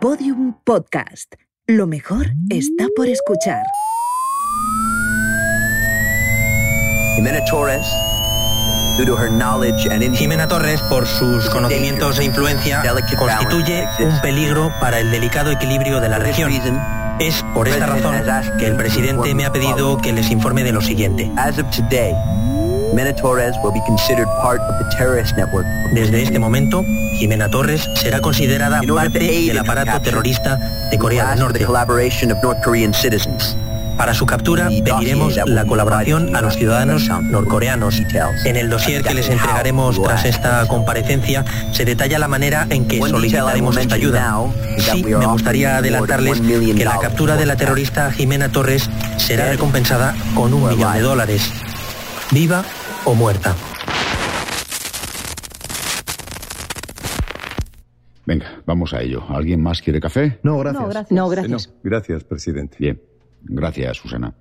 Podium Podcast. Lo mejor está por escuchar. Jimena Torres, due to her knowledge and in- Jimena Torres, por sus conocimientos e influencia, constituye un peligro para el delicado equilibrio de la región. Es por esta razón que el presidente me ha pedido que les informe de lo siguiente. as of today, Jimena Torres will be considered part of the terrorist network. Desde este momento, Jimena Torres será considerada parte del aparato terrorista de Corea Ask del for the Norte. collaboration of North Korean citizens. Para su captura pediremos la colaboración a los ciudadanos norcoreanos. En el dossier que les entregaremos tras esta comparecencia se detalla la manera en que solicitaremos esta ayuda. Sí, me gustaría adelantarles que la captura de la terrorista Jimena Torres será recompensada con un millón de dólares, viva o muerta. Venga, vamos a ello. ¿Alguien más quiere café? No, gracias. No, gracias. No, Eh, no, gracias, presidente. Bien. Gracias, Susana.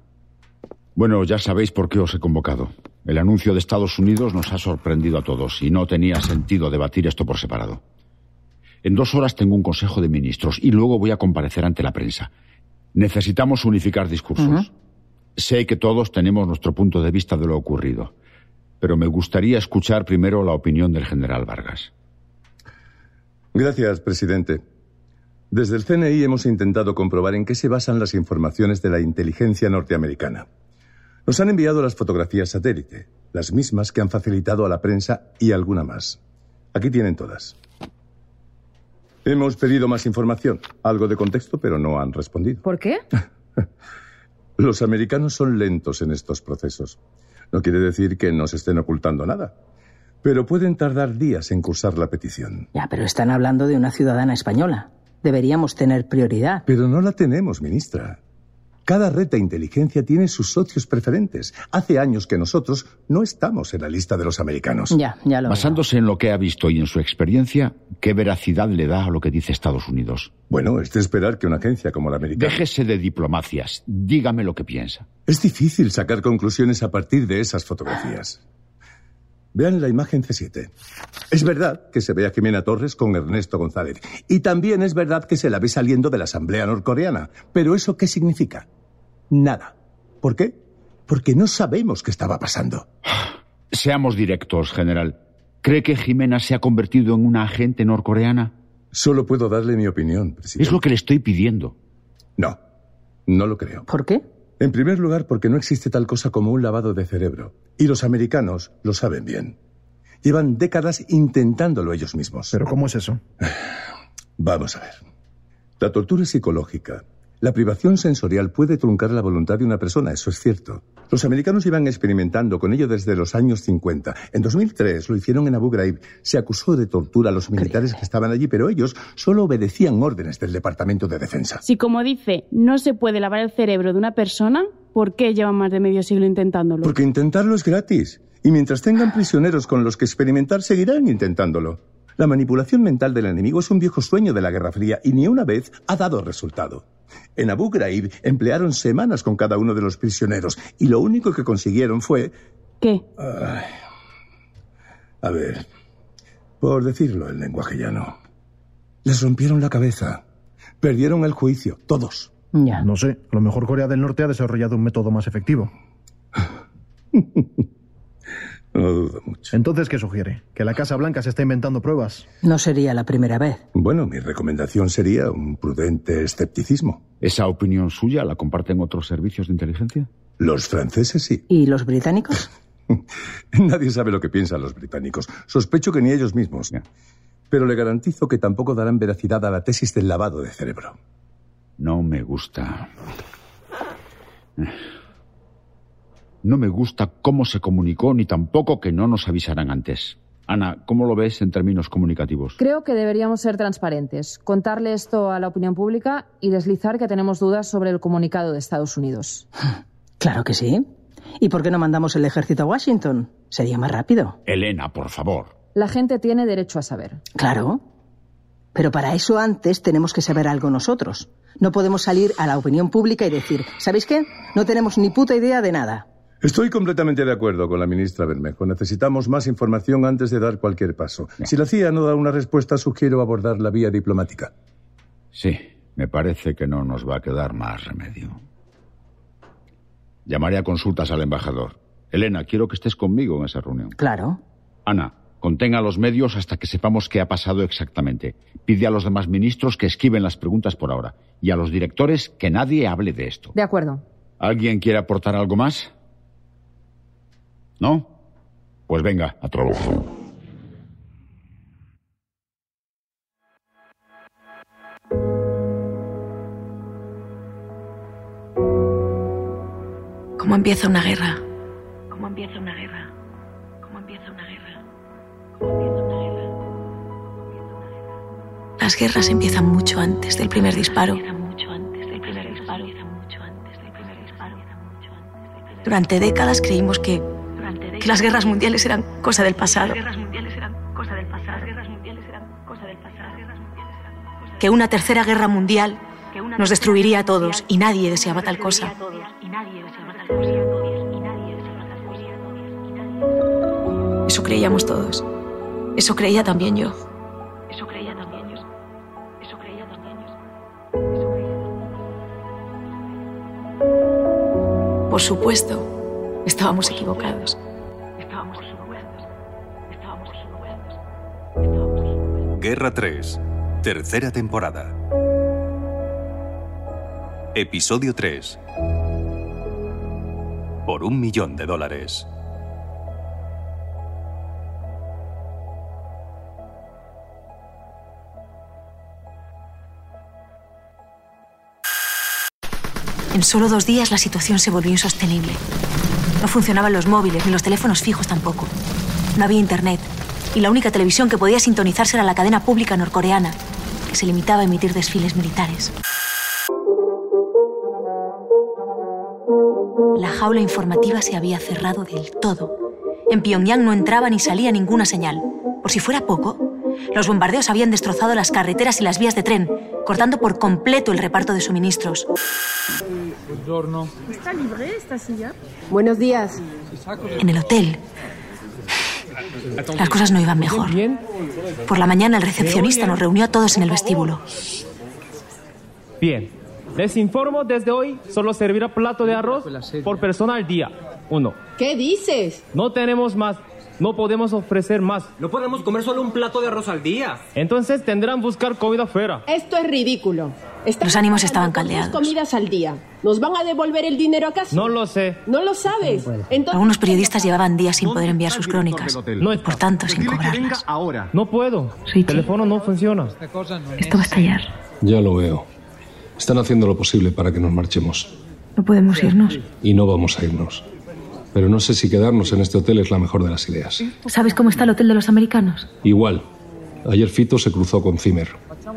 Bueno, ya sabéis por qué os he convocado. El anuncio de Estados Unidos nos ha sorprendido a todos y no tenía sentido debatir esto por separado. En dos horas tengo un consejo de ministros y luego voy a comparecer ante la prensa. Necesitamos unificar discursos. Sé que todos tenemos nuestro punto de vista de lo ocurrido, pero me gustaría escuchar primero la opinión del general Vargas. Gracias, presidente. Desde el CNI hemos intentado comprobar en qué se basan las informaciones de la inteligencia norteamericana. Nos han enviado las fotografías satélite, las mismas que han facilitado a la prensa y alguna más. Aquí tienen todas. Hemos pedido más información, algo de contexto, pero no han respondido. ¿Por qué? Los americanos son lentos en estos procesos. No quiere decir que nos estén ocultando nada, pero pueden tardar días en cursar la petición. Ya, pero están hablando de una ciudadana española. Deberíamos tener prioridad. Pero no la tenemos, ministra. Cada red de inteligencia tiene sus socios preferentes. Hace años que nosotros no estamos en la lista de los americanos. Ya, ya lo veo. Basándose en lo que ha visto y en su experiencia, ¿qué veracidad le da a lo que dice Estados Unidos? Bueno, es de esperar que una agencia como la americana... Déjese de diplomacias. Dígame lo que piensa. Es difícil sacar conclusiones a partir de esas fotografías. Vean la imagen C7. Es verdad que se ve a Jimena Torres con Ernesto González. Y también es verdad que se la ve saliendo de la Asamblea Norcoreana. Pero ¿eso qué significa? Nada. ¿Por qué? Porque no sabemos qué estaba pasando. Seamos directos, general. ¿Cree que Jimena se ha convertido en una agente norcoreana? Solo puedo darle mi opinión, presidente. Es lo que le estoy pidiendo. No, no lo creo. ¿Por qué? En primer lugar, porque no existe tal cosa como un lavado de cerebro. Y los americanos lo saben bien. Llevan décadas intentándolo ellos mismos. ¿Pero cómo es eso? Vamos a ver. La tortura es psicológica. La privación sensorial puede truncar la voluntad de una persona, eso es cierto. Los americanos iban experimentando con ello desde los años 50. En 2003 lo hicieron en Abu Ghraib. Se acusó de tortura a los militares que estaban allí, pero ellos solo obedecían órdenes del Departamento de Defensa. Si como dice, no se puede lavar el cerebro de una persona, ¿por qué llevan más de medio siglo intentándolo? Porque intentarlo es gratis. Y mientras tengan prisioneros con los que experimentar, seguirán intentándolo. La manipulación mental del enemigo es un viejo sueño de la Guerra Fría y ni una vez ha dado resultado. En Abu Ghraib emplearon semanas con cada uno de los prisioneros y lo único que consiguieron fue... ¿Qué? A ver, por decirlo en lenguaje llano. Les rompieron la cabeza. Perdieron el juicio, todos. Ya. No sé, a lo mejor Corea del Norte ha desarrollado un método más efectivo. No lo dudo mucho. Entonces, ¿qué sugiere? ¿Que la Casa Blanca se está inventando pruebas? No sería la primera vez. Bueno, mi recomendación sería un prudente escepticismo. ¿Esa opinión suya la comparten otros servicios de inteligencia? Los franceses sí. ¿Y los británicos? Nadie sabe lo que piensan los británicos. Sospecho que ni ellos mismos. Ya. Pero le garantizo que tampoco darán veracidad a la tesis del lavado de cerebro. No me gusta. No me gusta cómo se comunicó ni tampoco que no nos avisaran antes. Ana, ¿cómo lo ves en términos comunicativos? Creo que deberíamos ser transparentes, contarle esto a la opinión pública y deslizar que tenemos dudas sobre el comunicado de Estados Unidos. Claro que sí. ¿Y por qué no mandamos el ejército a Washington? Sería más rápido. Elena, por favor. La gente tiene derecho a saber. Claro. Pero para eso antes tenemos que saber algo nosotros. No podemos salir a la opinión pública y decir, ¿sabéis qué? No tenemos ni puta idea de nada. Estoy completamente de acuerdo con la ministra Bermejo. Necesitamos más información antes de dar cualquier paso. Si la CIA no da una respuesta, sugiero abordar la vía diplomática. Sí, me parece que no nos va a quedar más remedio. Llamaré a consultas al embajador. Elena, quiero que estés conmigo en esa reunión. Claro. Ana, contenga los medios hasta que sepamos qué ha pasado exactamente. Pide a los demás ministros que esquiven las preguntas por ahora y a los directores que nadie hable de esto. De acuerdo. ¿Alguien quiere aportar algo más? ¿No? Pues venga, a trabajo. ¿Cómo empieza una guerra? ¿Cómo empieza una guerra? ¿Cómo empieza una guerra? Las guerras empiezan mucho antes del primer disparo. Durante décadas creímos que, que las guerras mundiales eran cosa del pasado, Las guerras mundiales eran cosa del pasado. Las guerras mundiales eran cosa del pasado. que una tercera guerra mundial Que una nos destruiría a todos y nadie deseaba tal destruiría cosa. a todos Y nadie deseaba tal cosa. Y nadie deseaba tal cosa. Eso creíamos todos. Eso creía también yo. Eso creía también yo. Eso creía también yo. Por supuesto, estábamos equivocados. Estábamos supuestos. Estábamos supuestos. Guerra 3, tercera temporada. Episodio 3. Por un millón de dólares. En solo dos días la situación se volvió insostenible. No funcionaban los móviles ni los teléfonos fijos tampoco. No había internet y la única televisión que podía sintonizarse era la cadena pública norcoreana, que se limitaba a emitir desfiles militares. La jaula informativa se había cerrado del todo. En Pyongyang no entraba ni salía ninguna señal. Por si fuera poco, los bombardeos habían destrozado las carreteras y las vías de tren, cortando por completo el reparto de suministros. ¿Está libre esta silla? Buenos días. En el hotel, las cosas no iban mejor. Por la mañana el recepcionista nos reunió a todos en el vestíbulo. Bien, les informo desde hoy solo servirá plato de arroz por persona al día. Uno. ¿Qué dices? No tenemos más. No podemos ofrecer más. No podemos comer solo un plato de arroz al día. Entonces tendrán que buscar comida fuera. Esto es ridículo. Estamos Los ánimos pagando estaban por dos caldeados. comidas al día. ¿Nos van a devolver el dinero acaso? No lo sé. No lo sabes. Entonces, Algunos periodistas llevaban días sin poder enviar sus crónicas, y por tanto sin cobrarlas. Ahora. No puedo. El teléfono no funciona. Esto va a estallar. Ya lo veo. Están haciendo lo posible para que nos marchemos. No podemos irnos. Y no vamos a irnos. Pero no sé si quedarnos en este hotel es la mejor de las ideas. ¿Sabes cómo está el hotel de los americanos? Igual. Ayer Fito se cruzó con Zimmer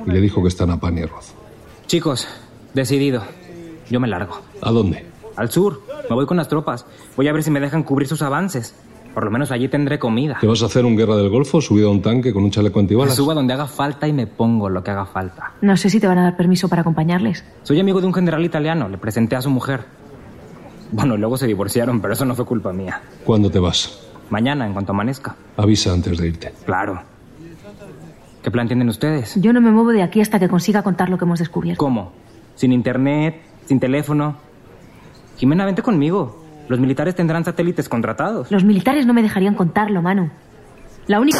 y le dijo que están a pan y arroz. Chicos, decidido. Yo me largo. ¿A dónde? Al sur. Me voy con las tropas. Voy a ver si me dejan cubrir sus avances. Por lo menos allí tendré comida. ¿Te vas a hacer un guerra del Golfo subido a un tanque con un chaleco Me antibalas? subo a donde haga falta y me pongo lo que haga falta. No sé si te van a dar permiso para acompañarles. Soy amigo de un general italiano. Le presenté a su mujer. Bueno, luego se divorciaron, pero eso no fue culpa mía. ¿Cuándo te vas? Mañana, en cuanto amanezca. Avisa antes de irte. Claro. ¿Qué plan tienen ustedes? Yo no me muevo de aquí hasta que consiga contar lo que hemos descubierto. ¿Cómo? Sin internet, sin teléfono. Jimena, vente conmigo. Los militares tendrán satélites contratados. Los militares no me dejarían contarlo, Manu. La única...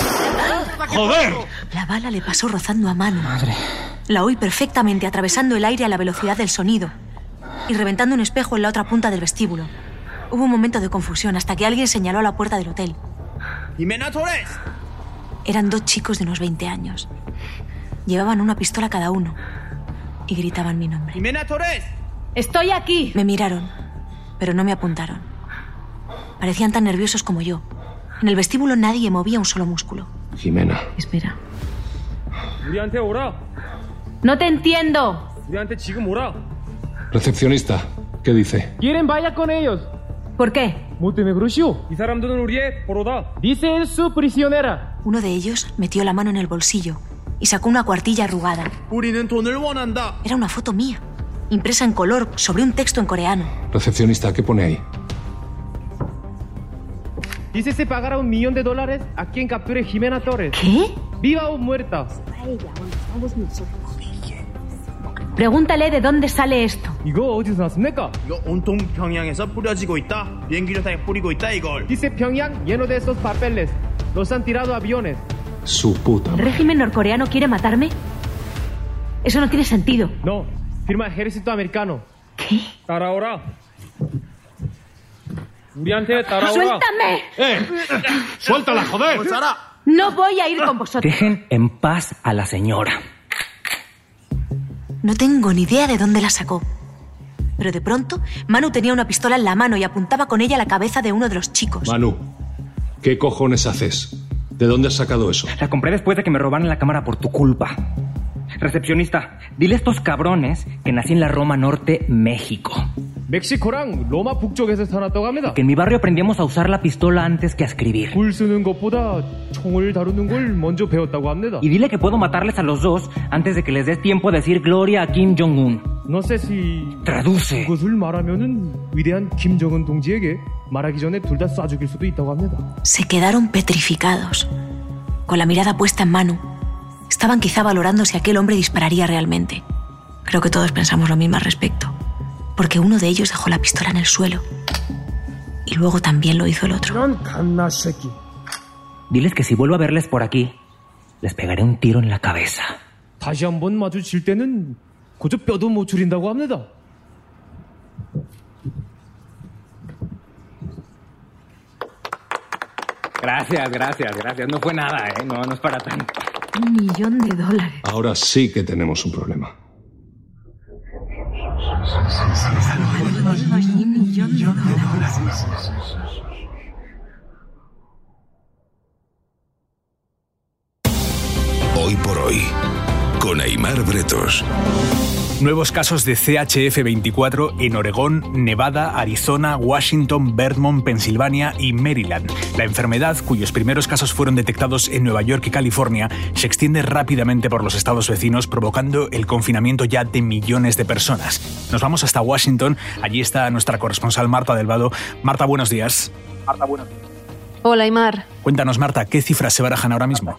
¡Joder! La bala le pasó rozando a Manu. Madre. La oí perfectamente atravesando el aire a la velocidad del sonido y reventando un espejo en la otra punta del vestíbulo. Hubo un momento de confusión hasta que alguien señaló a la puerta del hotel. Jimena Torres. Eran dos chicos de unos 20 años. Llevaban una pistola cada uno y gritaban mi nombre. Jimena Torres. Estoy aquí. Me miraron, pero no me apuntaron. Parecían tan nerviosos como yo. En el vestíbulo nadie movía un solo músculo. Jimena. Espera. 우리한테 오라. No te entiendo. 우리한테 지금 오라. Recepcionista, ¿qué dice? Quieren vaya con ellos. ¿Por qué? Dice es su prisionera. Uno de ellos metió la mano en el bolsillo y sacó una cuartilla arrugada. Era una foto mía, impresa en color sobre un texto en coreano. Recepcionista, ¿qué pone ahí? Dice se pagará un millón de dólares a quien capture Jimena Torres. ¿Qué? Viva o muerta. Vaya, bueno, estamos mucho. Pregúntale de dónde sale esto. 이거 어디서 났습니까? 이거 온통 평양에서 뿌려지고 있다. 비행기를 다 뿌리고 있다 이걸. Dice Pyongyang lleno de esos papeles. Los han tirado aviones. Su puta. ¿El régimen norcoreano quiere matarme? Eso no tiene sentido. No, firma ejército americano. ¿Qué? Taraora. Muriante, Taraora. ¡Suéltame! ¡Eh! ¡Suéltala, joder! No voy a ir con vosotros. Dejen en paz a la señora. No tengo ni idea de dónde la sacó. Pero de pronto, Manu tenía una pistola en la mano y apuntaba con ella a la cabeza de uno de los chicos. Manu, ¿qué cojones haces? ¿De dónde has sacado eso? La compré después de que me robaran la cámara por tu culpa. Recepcionista, dile a estos cabrones que nací en la Roma Norte, México. 멕시코랑 로마 북쪽에서 살았다고 합니다. Que en mi barrio aprendíamos a usar la pistola antes que a escribir. 굴 쓰는 것보다 총을 다루는 걸 먼저 배웠다고 합니다. Y dile que puedo matarles a los dos antes de que les des tiempo a decir gloria a Kim Jong-un. No sé si Traduce. 그것을 말하면은 위대한 김정은 동지에게 말하기 전에 둘 다 쏴 죽일 수도 있다고 합니다. Se quedaron petrificados, con la mirada puesta en Manu. Estaban quizá valorando si aquel hombre dispararía realmente. Creo que todos pensamos lo mismo al respecto, porque uno de ellos dejó la pistola en el suelo y luego también lo hizo el otro. Diles que si vuelvo a verles por aquí, les pegaré un tiro en la cabeza. 다시 한번 마주칠 때는 그저 뼈도 못 줄인다고 합니다. Gracias, gracias, gracias. No fue nada, ¿eh? No, no es para tanto. Un millón de dólares. Ahora sí que tenemos un problema. Un millón de dólares. Hoy por hoy, con Aymar Bretos. Nuevos casos de CHF24 en Oregón, Nevada, Arizona, Washington, Vermont, Pensilvania y Maryland. La enfermedad, cuyos primeros casos fueron detectados en Nueva York y California, se extiende rápidamente por los estados vecinos, provocando el confinamiento ya de millones de personas. Nos vamos hasta Washington. Allí está nuestra corresponsal Marta Delvado. Marta, buenos días. Marta, buenos días. Hola, Aymar. Cuéntanos, Marta, ¿qué cifras se barajan ahora mismo?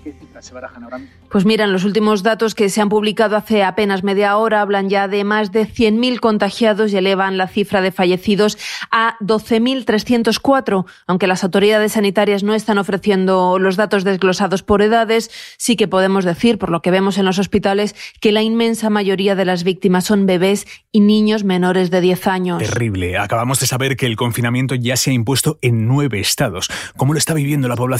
Pues miran, los últimos datos que se han publicado hace apenas media hora hablan ya de más de 100.000 contagiados y elevan la cifra de fallecidos a 12.304. Aunque las autoridades sanitarias no están ofreciendo los datos desglosados por edades, sí que podemos decir, por lo que vemos en los hospitales, que la inmensa mayoría de las víctimas son bebés y niños menores de 10 años. Terrible. Acabamos de saber que el confinamiento ya se ha impuesto en nueve estados. ¿Cómo lo está viviendo la población?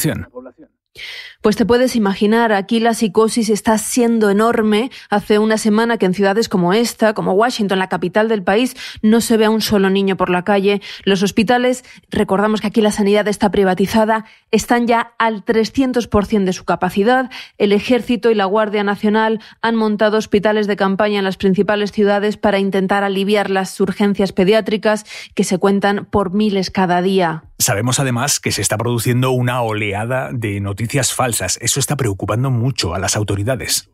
Pues te puedes imaginar, aquí la psicosis está siendo enorme. Hace una semana que en ciudades como esta, como Washington, la capital del país, no se ve a un solo niño por la calle. Los hospitales, recordamos que aquí la sanidad está privatizada, están ya al 300% de su capacidad. El ejército y la Guardia Nacional han montado hospitales de campaña en las principales ciudades para intentar aliviar las urgencias pediátricas que se cuentan por miles cada día. Sabemos además que se está produciendo una oleada de noticias falsas. Eso está preocupando mucho a las autoridades.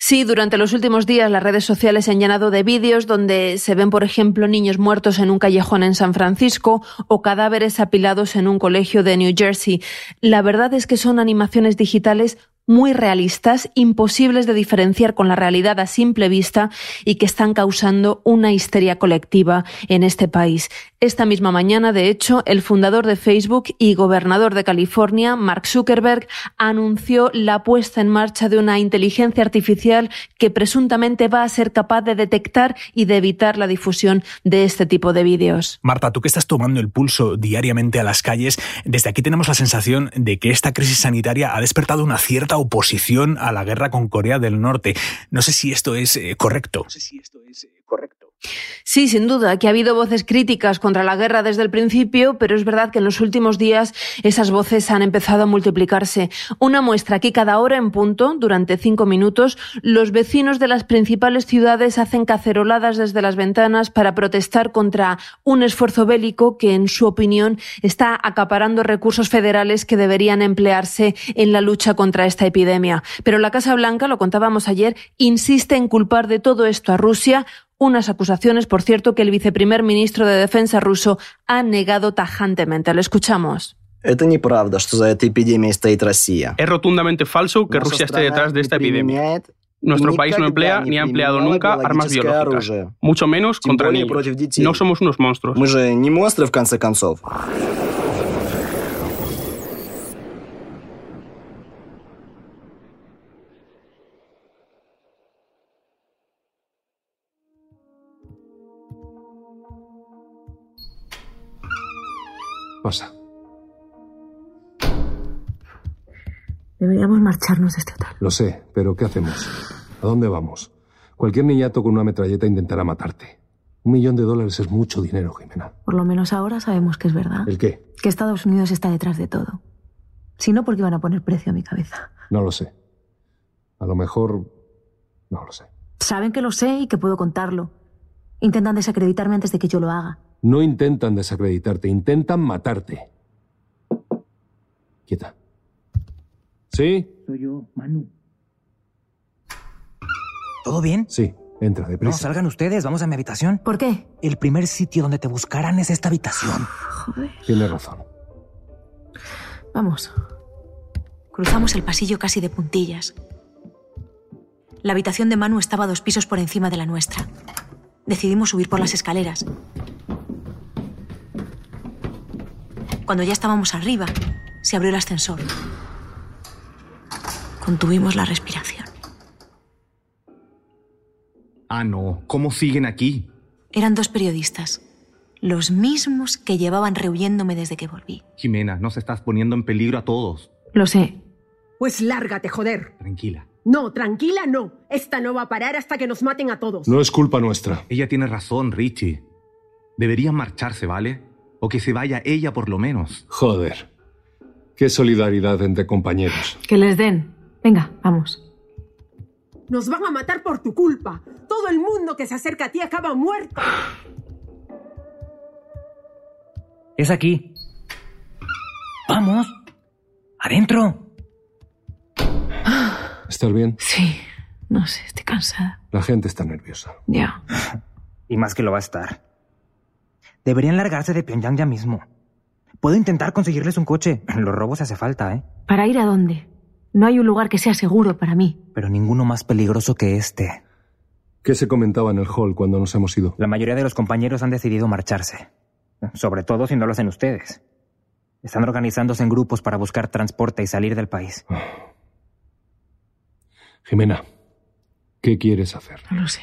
Sí, durante los últimos días las redes sociales se han llenado de vídeos donde se ven, por ejemplo, niños muertos en un callejón en San Francisco o cadáveres apilados en un colegio de New Jersey. La verdad es que son animaciones digitales muy realistas, imposibles de diferenciar con la realidad a simple vista y que están causando una histeria colectiva en este país. Esta misma mañana, de hecho, el fundador de Facebook y gobernador de California, Mark Zuckerberg, anunció la puesta en marcha de una inteligencia artificial que presuntamente va a ser capaz de detectar y de evitar la difusión de este tipo de vídeos. Marta, tú que estás tomando el pulso diariamente a las calles, desde aquí tenemos la sensación de que esta crisis sanitaria ha despertado una cierta oposición a la guerra con Corea del Norte. No sé si esto es eh, correcto. No sé si esto es eh, correcto. Sí, sin duda, que ha habido voces críticas contra la guerra desde el principio, pero es verdad que en los últimos días esas voces han empezado a multiplicarse. Una muestra que cada hora en punto, durante cinco minutos, los vecinos de las principales ciudades hacen caceroladas desde las ventanas para protestar contra un esfuerzo bélico que, en su opinión, está acaparando recursos federales que deberían emplearse en la lucha contra esta epidemia. Pero la Casa Blanca, lo contábamos ayer, insiste en culpar de todo esto a Rusia, unas acusaciones, por cierto, que el viceprimer ministro de Defensa ruso ha negado tajantemente. Lo escuchamos. Es rotundamente falso que Rusia esté detrás de esta epidemia. Nuestro país no emplea ni ha empleado nunca armas biológicas, mucho menos contra niños. No somos unos monstruos. Мы же не монстры, в конце концов. Pasa. Deberíamos marcharnos de este hotel. Lo sé, pero ¿qué hacemos? ¿A dónde vamos? Cualquier niñato con una metralleta intentará matarte. Un millón de dólares es mucho dinero, Jimena. Por lo menos ahora sabemos que es verdad. ¿El qué? Que Estados Unidos está detrás de todo. Si no, porque van a poner precio a mi cabeza. No lo sé. A lo mejor... No lo sé. Saben que lo sé y que puedo contarlo. Intentan desacreditarme antes de que yo lo haga. No intentan desacreditarte, intentan matarte. Quieta. ¿Sí? Soy yo, Manu. ¿Todo bien? Sí, entra, No, deprisa. salgan ustedes, vamos a mi habitación. ¿Por qué? El primer sitio donde te buscarán es esta habitación. Joder. Tienes razón. Vamos. Cruzamos el pasillo casi de puntillas. La habitación de Manu estaba dos pisos por encima de la nuestra. Decidimos subir por las escaleras. Cuando ya estábamos arriba, se abrió el ascensor. Contuvimos la respiración. Ah, no. ¿Cómo siguen aquí? Eran dos periodistas, los mismos que llevaban rehuyéndome desde que volví. Jimena, nos estás poniendo en peligro a todos. Lo sé. Pues lárgate, joder. Tranquila. No, tranquila, no. Esta no va a parar hasta que nos maten a todos. No es culpa nuestra. Ella tiene razón, Richie. Deberían marcharse, ¿vale? O que se vaya ella por lo menos. Joder. Qué solidaridad entre compañeros. Que les den. Venga, vamos. Nos van a matar por tu culpa. Todo el mundo que se acerca a ti acaba muerto. Es aquí. Vamos. Adentro. ¿Estás bien? Sí. No sé, estoy cansada. La gente está nerviosa. Ya. Y más que lo va a estar. Deberían largarse de Pyongyang ya mismo. Puedo intentar conseguirles un coche. Los robos hace falta, ¿eh? ¿Para ir a dónde? No hay un lugar que sea seguro para mí. Pero ninguno más peligroso que este. ¿Qué se comentaba en el hall cuando nos hemos ido? La mayoría de los compañeros han decidido marcharse. Sobre todo si no lo hacen ustedes. Están organizándose en grupos para buscar transporte y salir del país. Ah. Jimena, ¿qué quieres hacer? No lo sé.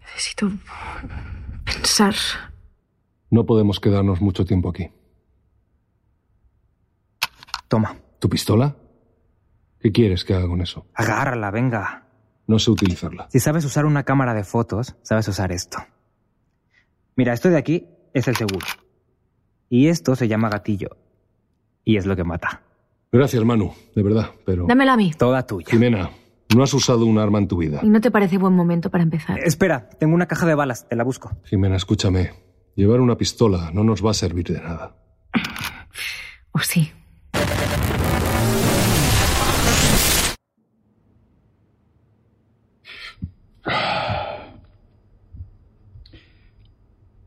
Necesito pensar. No podemos quedarnos mucho tiempo aquí. Toma, ¿Tu pistola? ¿Qué quieres que haga con eso? agárrala, venga. No sé utilizarla. Si sabes usar una cámara de fotos, sabes usar esto. Mira, esto de aquí es el seguro. Y esto se llama gatillo. Y es lo que mata. Gracias, Manu, de verdad, pero... Dámela a mí. Toda tuya. Jimena, no has usado un arma en tu vida. ¿Y no te parece buen momento para empezar? Espera, tengo una caja de balas, te la busco. Jimena, escúchame. Llevar una pistola no nos va a servir de nada. ¿O sí?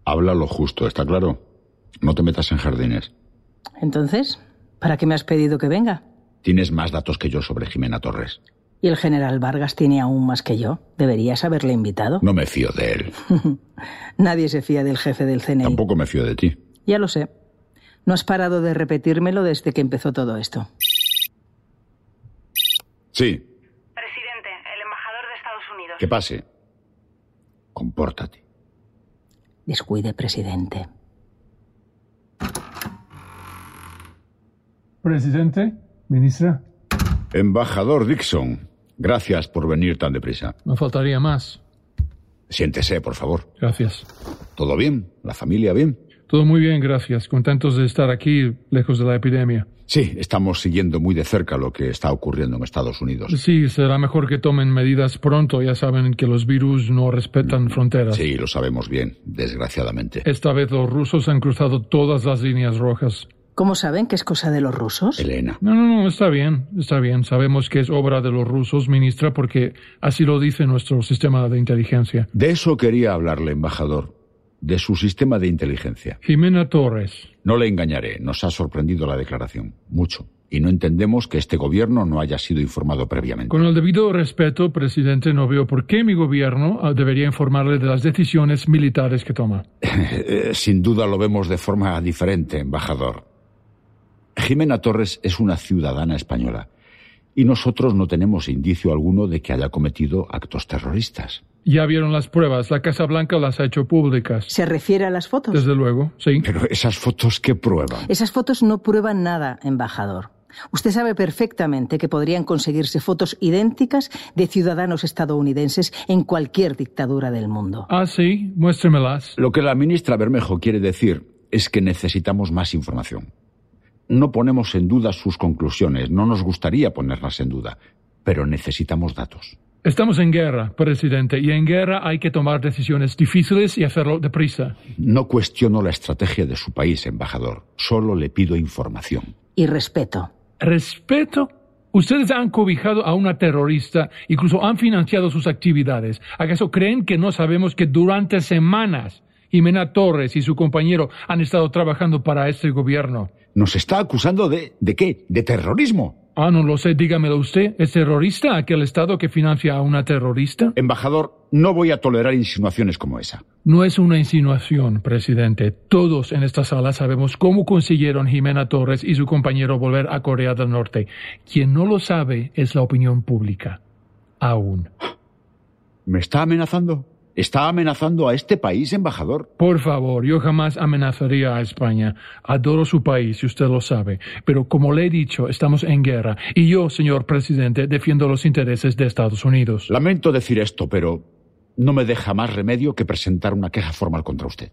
Habla lo justo, ¿está claro? No te metas en jardines. Entonces, ¿para qué me has pedido que venga? Tienes más datos que yo sobre Jimena Torres. Y el general Vargas tiene aún más que yo. Deberías haberle invitado. No me fío de él. Nadie se fía del jefe del CNI. Tampoco me fío de ti. Ya lo sé. No has parado de repetírmelo desde que empezó todo esto. Sí, Presidente, el embajador de Estados Unidos. que pase. Compórtate. Descuide, presidente. Presidente, ministra, Embajador Dixon, gracias por venir tan deprisa. no faltaría más. Siéntese, por favor. Gracias. ¿Todo bien? ¿La familia bien? Todo muy bien, gracias. Contentos de estar aquí, lejos de la epidemia. Sí, estamos siguiendo muy de cerca lo que está ocurriendo en Estados Unidos. Sí, será mejor que tomen medidas pronto. Ya saben que los virus no respetan fronteras. Sí, lo sabemos bien, desgraciadamente. Esta vez los rusos han cruzado todas las líneas rojas. ¿Cómo saben que es cosa de los rusos? Elena, No, no, no, está bien, está bien. Sabemos que es obra de los rusos, ministra, porque así lo dice nuestro sistema de inteligencia. de eso quería hablarle, embajador. de su sistema de inteligencia. Jimena Torres. No le engañaré, nos ha sorprendido la declaración, mucho, y no entendemos que este gobierno no haya sido informado previamente. Con el debido respeto, presidente, no veo por qué mi gobierno ah, debería informarle de las decisiones militares que toma. Eh, Sin duda lo vemos de forma diferente, embajador. Jimena Torres es una ciudadana española y nosotros no tenemos indicio alguno de que haya cometido actos terroristas. Ya vieron las pruebas. La Casa Blanca las ha hecho públicas. ¿Se refiere a las fotos? Desde luego, sí. Pero esas fotos que prueban. Esas fotos no prueban nada, embajador. Usted sabe perfectamente que podrían conseguirse fotos idénticas de ciudadanos estadounidenses en cualquier dictadura del mundo. Ah, sí, muéstremelas. Lo que la ministra Bermejo quiere decir es que necesitamos más información. No ponemos en duda sus conclusiones, no nos gustaría ponerlas en duda, pero necesitamos datos. Estamos en guerra, presidente, y en guerra hay que tomar decisiones difíciles y hacerlo deprisa. No cuestiono la estrategia de su país, embajador. Solo le pido información. Y respeto. ¿Respeto? Ustedes han cobijado a una terrorista, incluso han financiado sus actividades. ¿Acaso creen que no sabemos que durante semanas Jimena Torres y su compañero han estado trabajando para este gobierno? Nos está acusando de... ¿De qué? ¿De terrorismo? Ah, no lo sé, dígamelo usted. ¿Es terrorista aquel Estado que financia a una terrorista? Embajador, no voy a tolerar insinuaciones como esa. No es una insinuación, presidente. Todos en esta sala sabemos cómo consiguieron Jimena Torres y su compañero volver a Corea del Norte. Quien no lo sabe es la opinión pública. Aún. ¿Me está amenazando? ¿Está amenazando a este país, embajador? Por favor, yo jamás amenazaría a España. Adoro su país, y usted lo sabe. Pero como le he dicho, estamos en guerra. Y yo, señor presidente, defiendo los intereses de Estados Unidos. Lamento decir esto, pero no me deja más remedio que presentar una queja formal contra usted.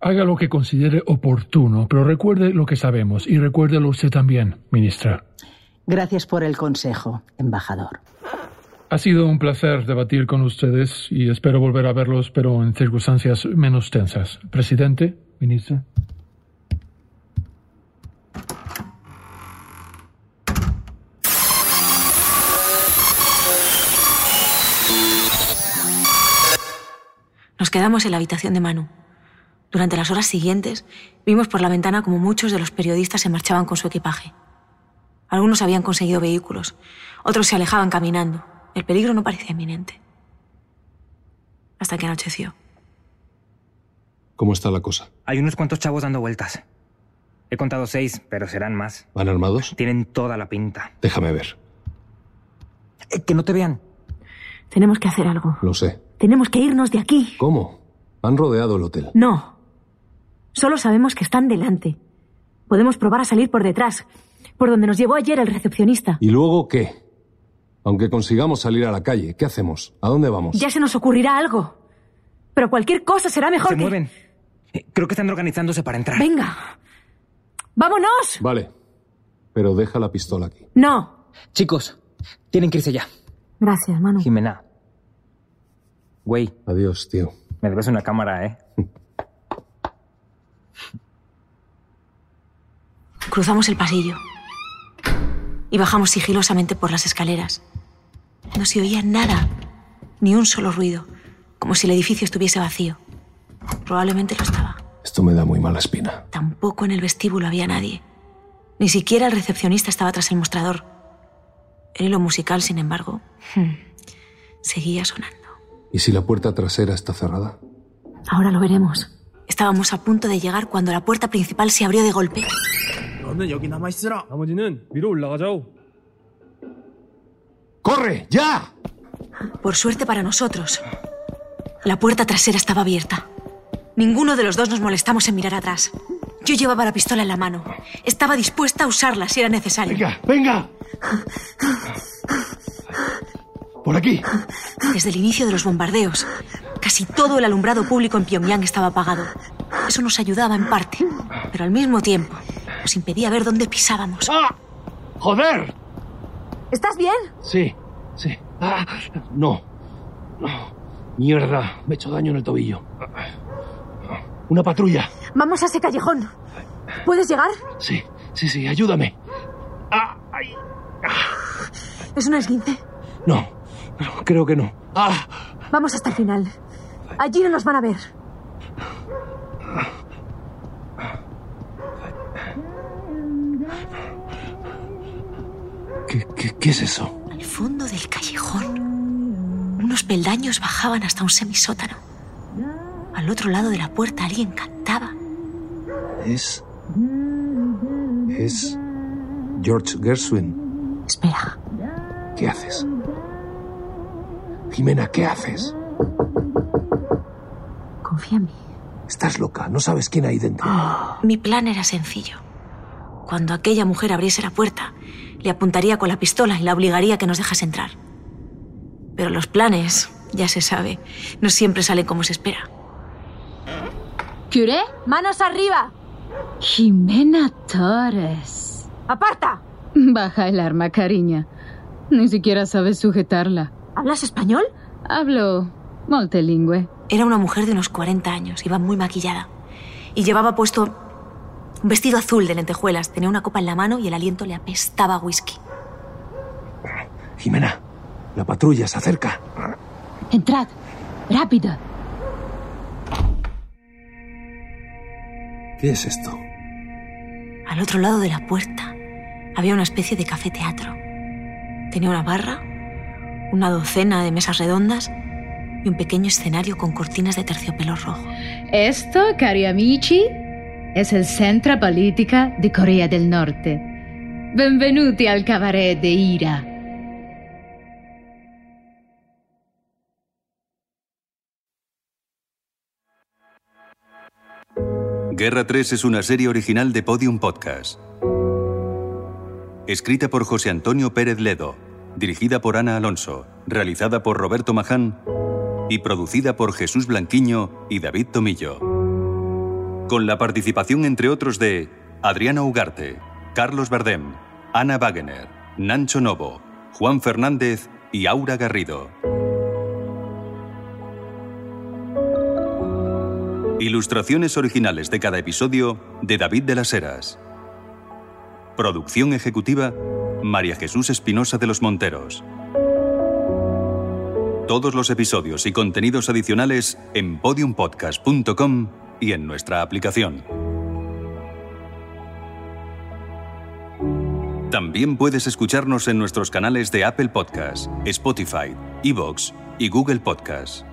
Haga lo que considere oportuno, pero recuerde lo que sabemos y recuérdelo usted también, ministra. Gracias por el consejo, embajador. Ha sido un placer debatir con ustedes y espero volver a verlos, pero en circunstancias menos tensas. Presidente, ministra. Nos quedamos en la habitación de Manu. Durante las horas siguientes vimos por la ventana como muchos de los periodistas se marchaban con su equipaje. Algunos habían conseguido vehículos, otros se alejaban caminando. El peligro no parecía inminente. Hasta que anocheció. ¿Cómo está la cosa? Hay unos cuantos chavos dando vueltas. He contado seis, pero serán más. ¿Van armados? Tienen toda la pinta. Déjame ver. Eh, que no te vean. Tenemos que hacer algo. Lo sé. Tenemos que irnos de aquí. ¿Cómo? Han rodeado el hotel. No. Solo sabemos que están delante. Podemos probar a salir por detrás, por donde nos llevó ayer el recepcionista. ¿Y luego qué? Aunque consigamos salir a la calle, ¿qué hacemos? ¿A dónde vamos? Ya se nos ocurrirá algo. Pero cualquier cosa será mejor Se que... mueven. Eh, Creo que están organizándose para entrar. Venga. ¡Vámonos! Vale. Pero deja la pistola aquí. No. Chicos, tienen que irse ya. Gracias, Manu. Jimena. Güey, Adiós, tío. me debes una cámara, ¿eh? Cruzamos el pasillo y bajamos sigilosamente por las escaleras. No se oía nada, ni un solo ruido, como si el edificio estuviese vacío. Probablemente lo estaba. Esto me da muy mala espina. Tampoco en el vestíbulo había nadie. Ni siquiera el recepcionista estaba tras el mostrador. El hilo musical, sin embargo, Hmm. seguía sonando. ¿Y si la puerta trasera está cerrada? Ahora lo veremos. Estábamos a punto de llegar cuando la puerta principal se abrió de golpe. 너는 여기 남아있으라. 나머지는 위로 올라가자오. ¡Corre! ¡Ya! Por suerte para nosotros, la puerta trasera estaba abierta. Ninguno de los dos nos molestamos en mirar atrás. Yo llevaba la pistola en la mano. Estaba dispuesta a usarla si era necesario. ¡Venga! ¡Venga! ¡Por aquí! Desde el inicio de los bombardeos, casi todo el alumbrado público en Pyongyang estaba apagado. Eso nos ayudaba en parte, pero al mismo tiempo nos impedía ver dónde pisábamos. ¡Ah! ¡Joder! ¿Estás bien? Sí, sí. ¡Ah! No. No. Mierda, me he hecho daño en el tobillo. Una patrulla. Vamos a ese callejón. ¿Puedes llegar? Sí, sí, sí, ayúdame. ¡Ah! ¡Ay! Es un esguince. No, no, creo que no. ¡Ah! Vamos hasta el final. Allí no nos van a ver. ¿Qué, qué es eso? Al fondo del callejón, unos peldaños bajaban hasta un semisótano. Al otro lado de la puerta alguien cantaba. Es. Es. George Gershwin. Espera. ¿Qué haces? Jimena, ¿qué haces? Confía en mí. Estás loca, no sabes quién hay dentro. Mi plan era sencillo. Cuando aquella mujer abriese la puerta, le apuntaría con la pistola y la obligaría a que nos dejase entrar. Pero los planes, ya se sabe, no siempre salen como se espera. ¿Curé? ¡Manos arriba! Jimena Torres. ¡Aparta! Baja el arma, cariña. Ni siquiera sabes sujetarla. ¿Hablas español? Hablo multilingüe. Era una mujer de unos 40 años, iba muy maquillada. Y llevaba puesto un vestido azul de lentejuelas, tenía una copa en la mano y el aliento le apestaba a whisky. Jimena, la patrulla se acerca. Entrad, rápido. ¿Qué es esto? Al otro lado de la puerta había una especie de café-teatro. Tenía una barra, una docena de mesas redondas y un pequeño escenario con cortinas de terciopelo rojo. Esto, cari amici, es el Centro Política de Corea del Norte. Benvenuti al cabaret de Ira. Guerra 3 es una serie original de Podium Podcast. Escrita por José Antonio Pérez Ledo, dirigida por Ana Alonso, realizada por Roberto Maján y producida por Jesús Blanquiño y David Tomillo. Con la participación, entre otros, de Adriana Ugarte, Carlos Verdem, Ana Wagener, Nancho Novo, Juan Fernández y Aura Garrido. Ilustraciones originales de cada episodio de David de las Heras. Producción ejecutiva María Jesús Espinosa de los Monteros. Todos los episodios y contenidos adicionales en podiumpodcast.com y en nuestra aplicación. También puedes escucharnos en nuestros canales de Apple Podcast, Spotify, Evox y Google Podcast.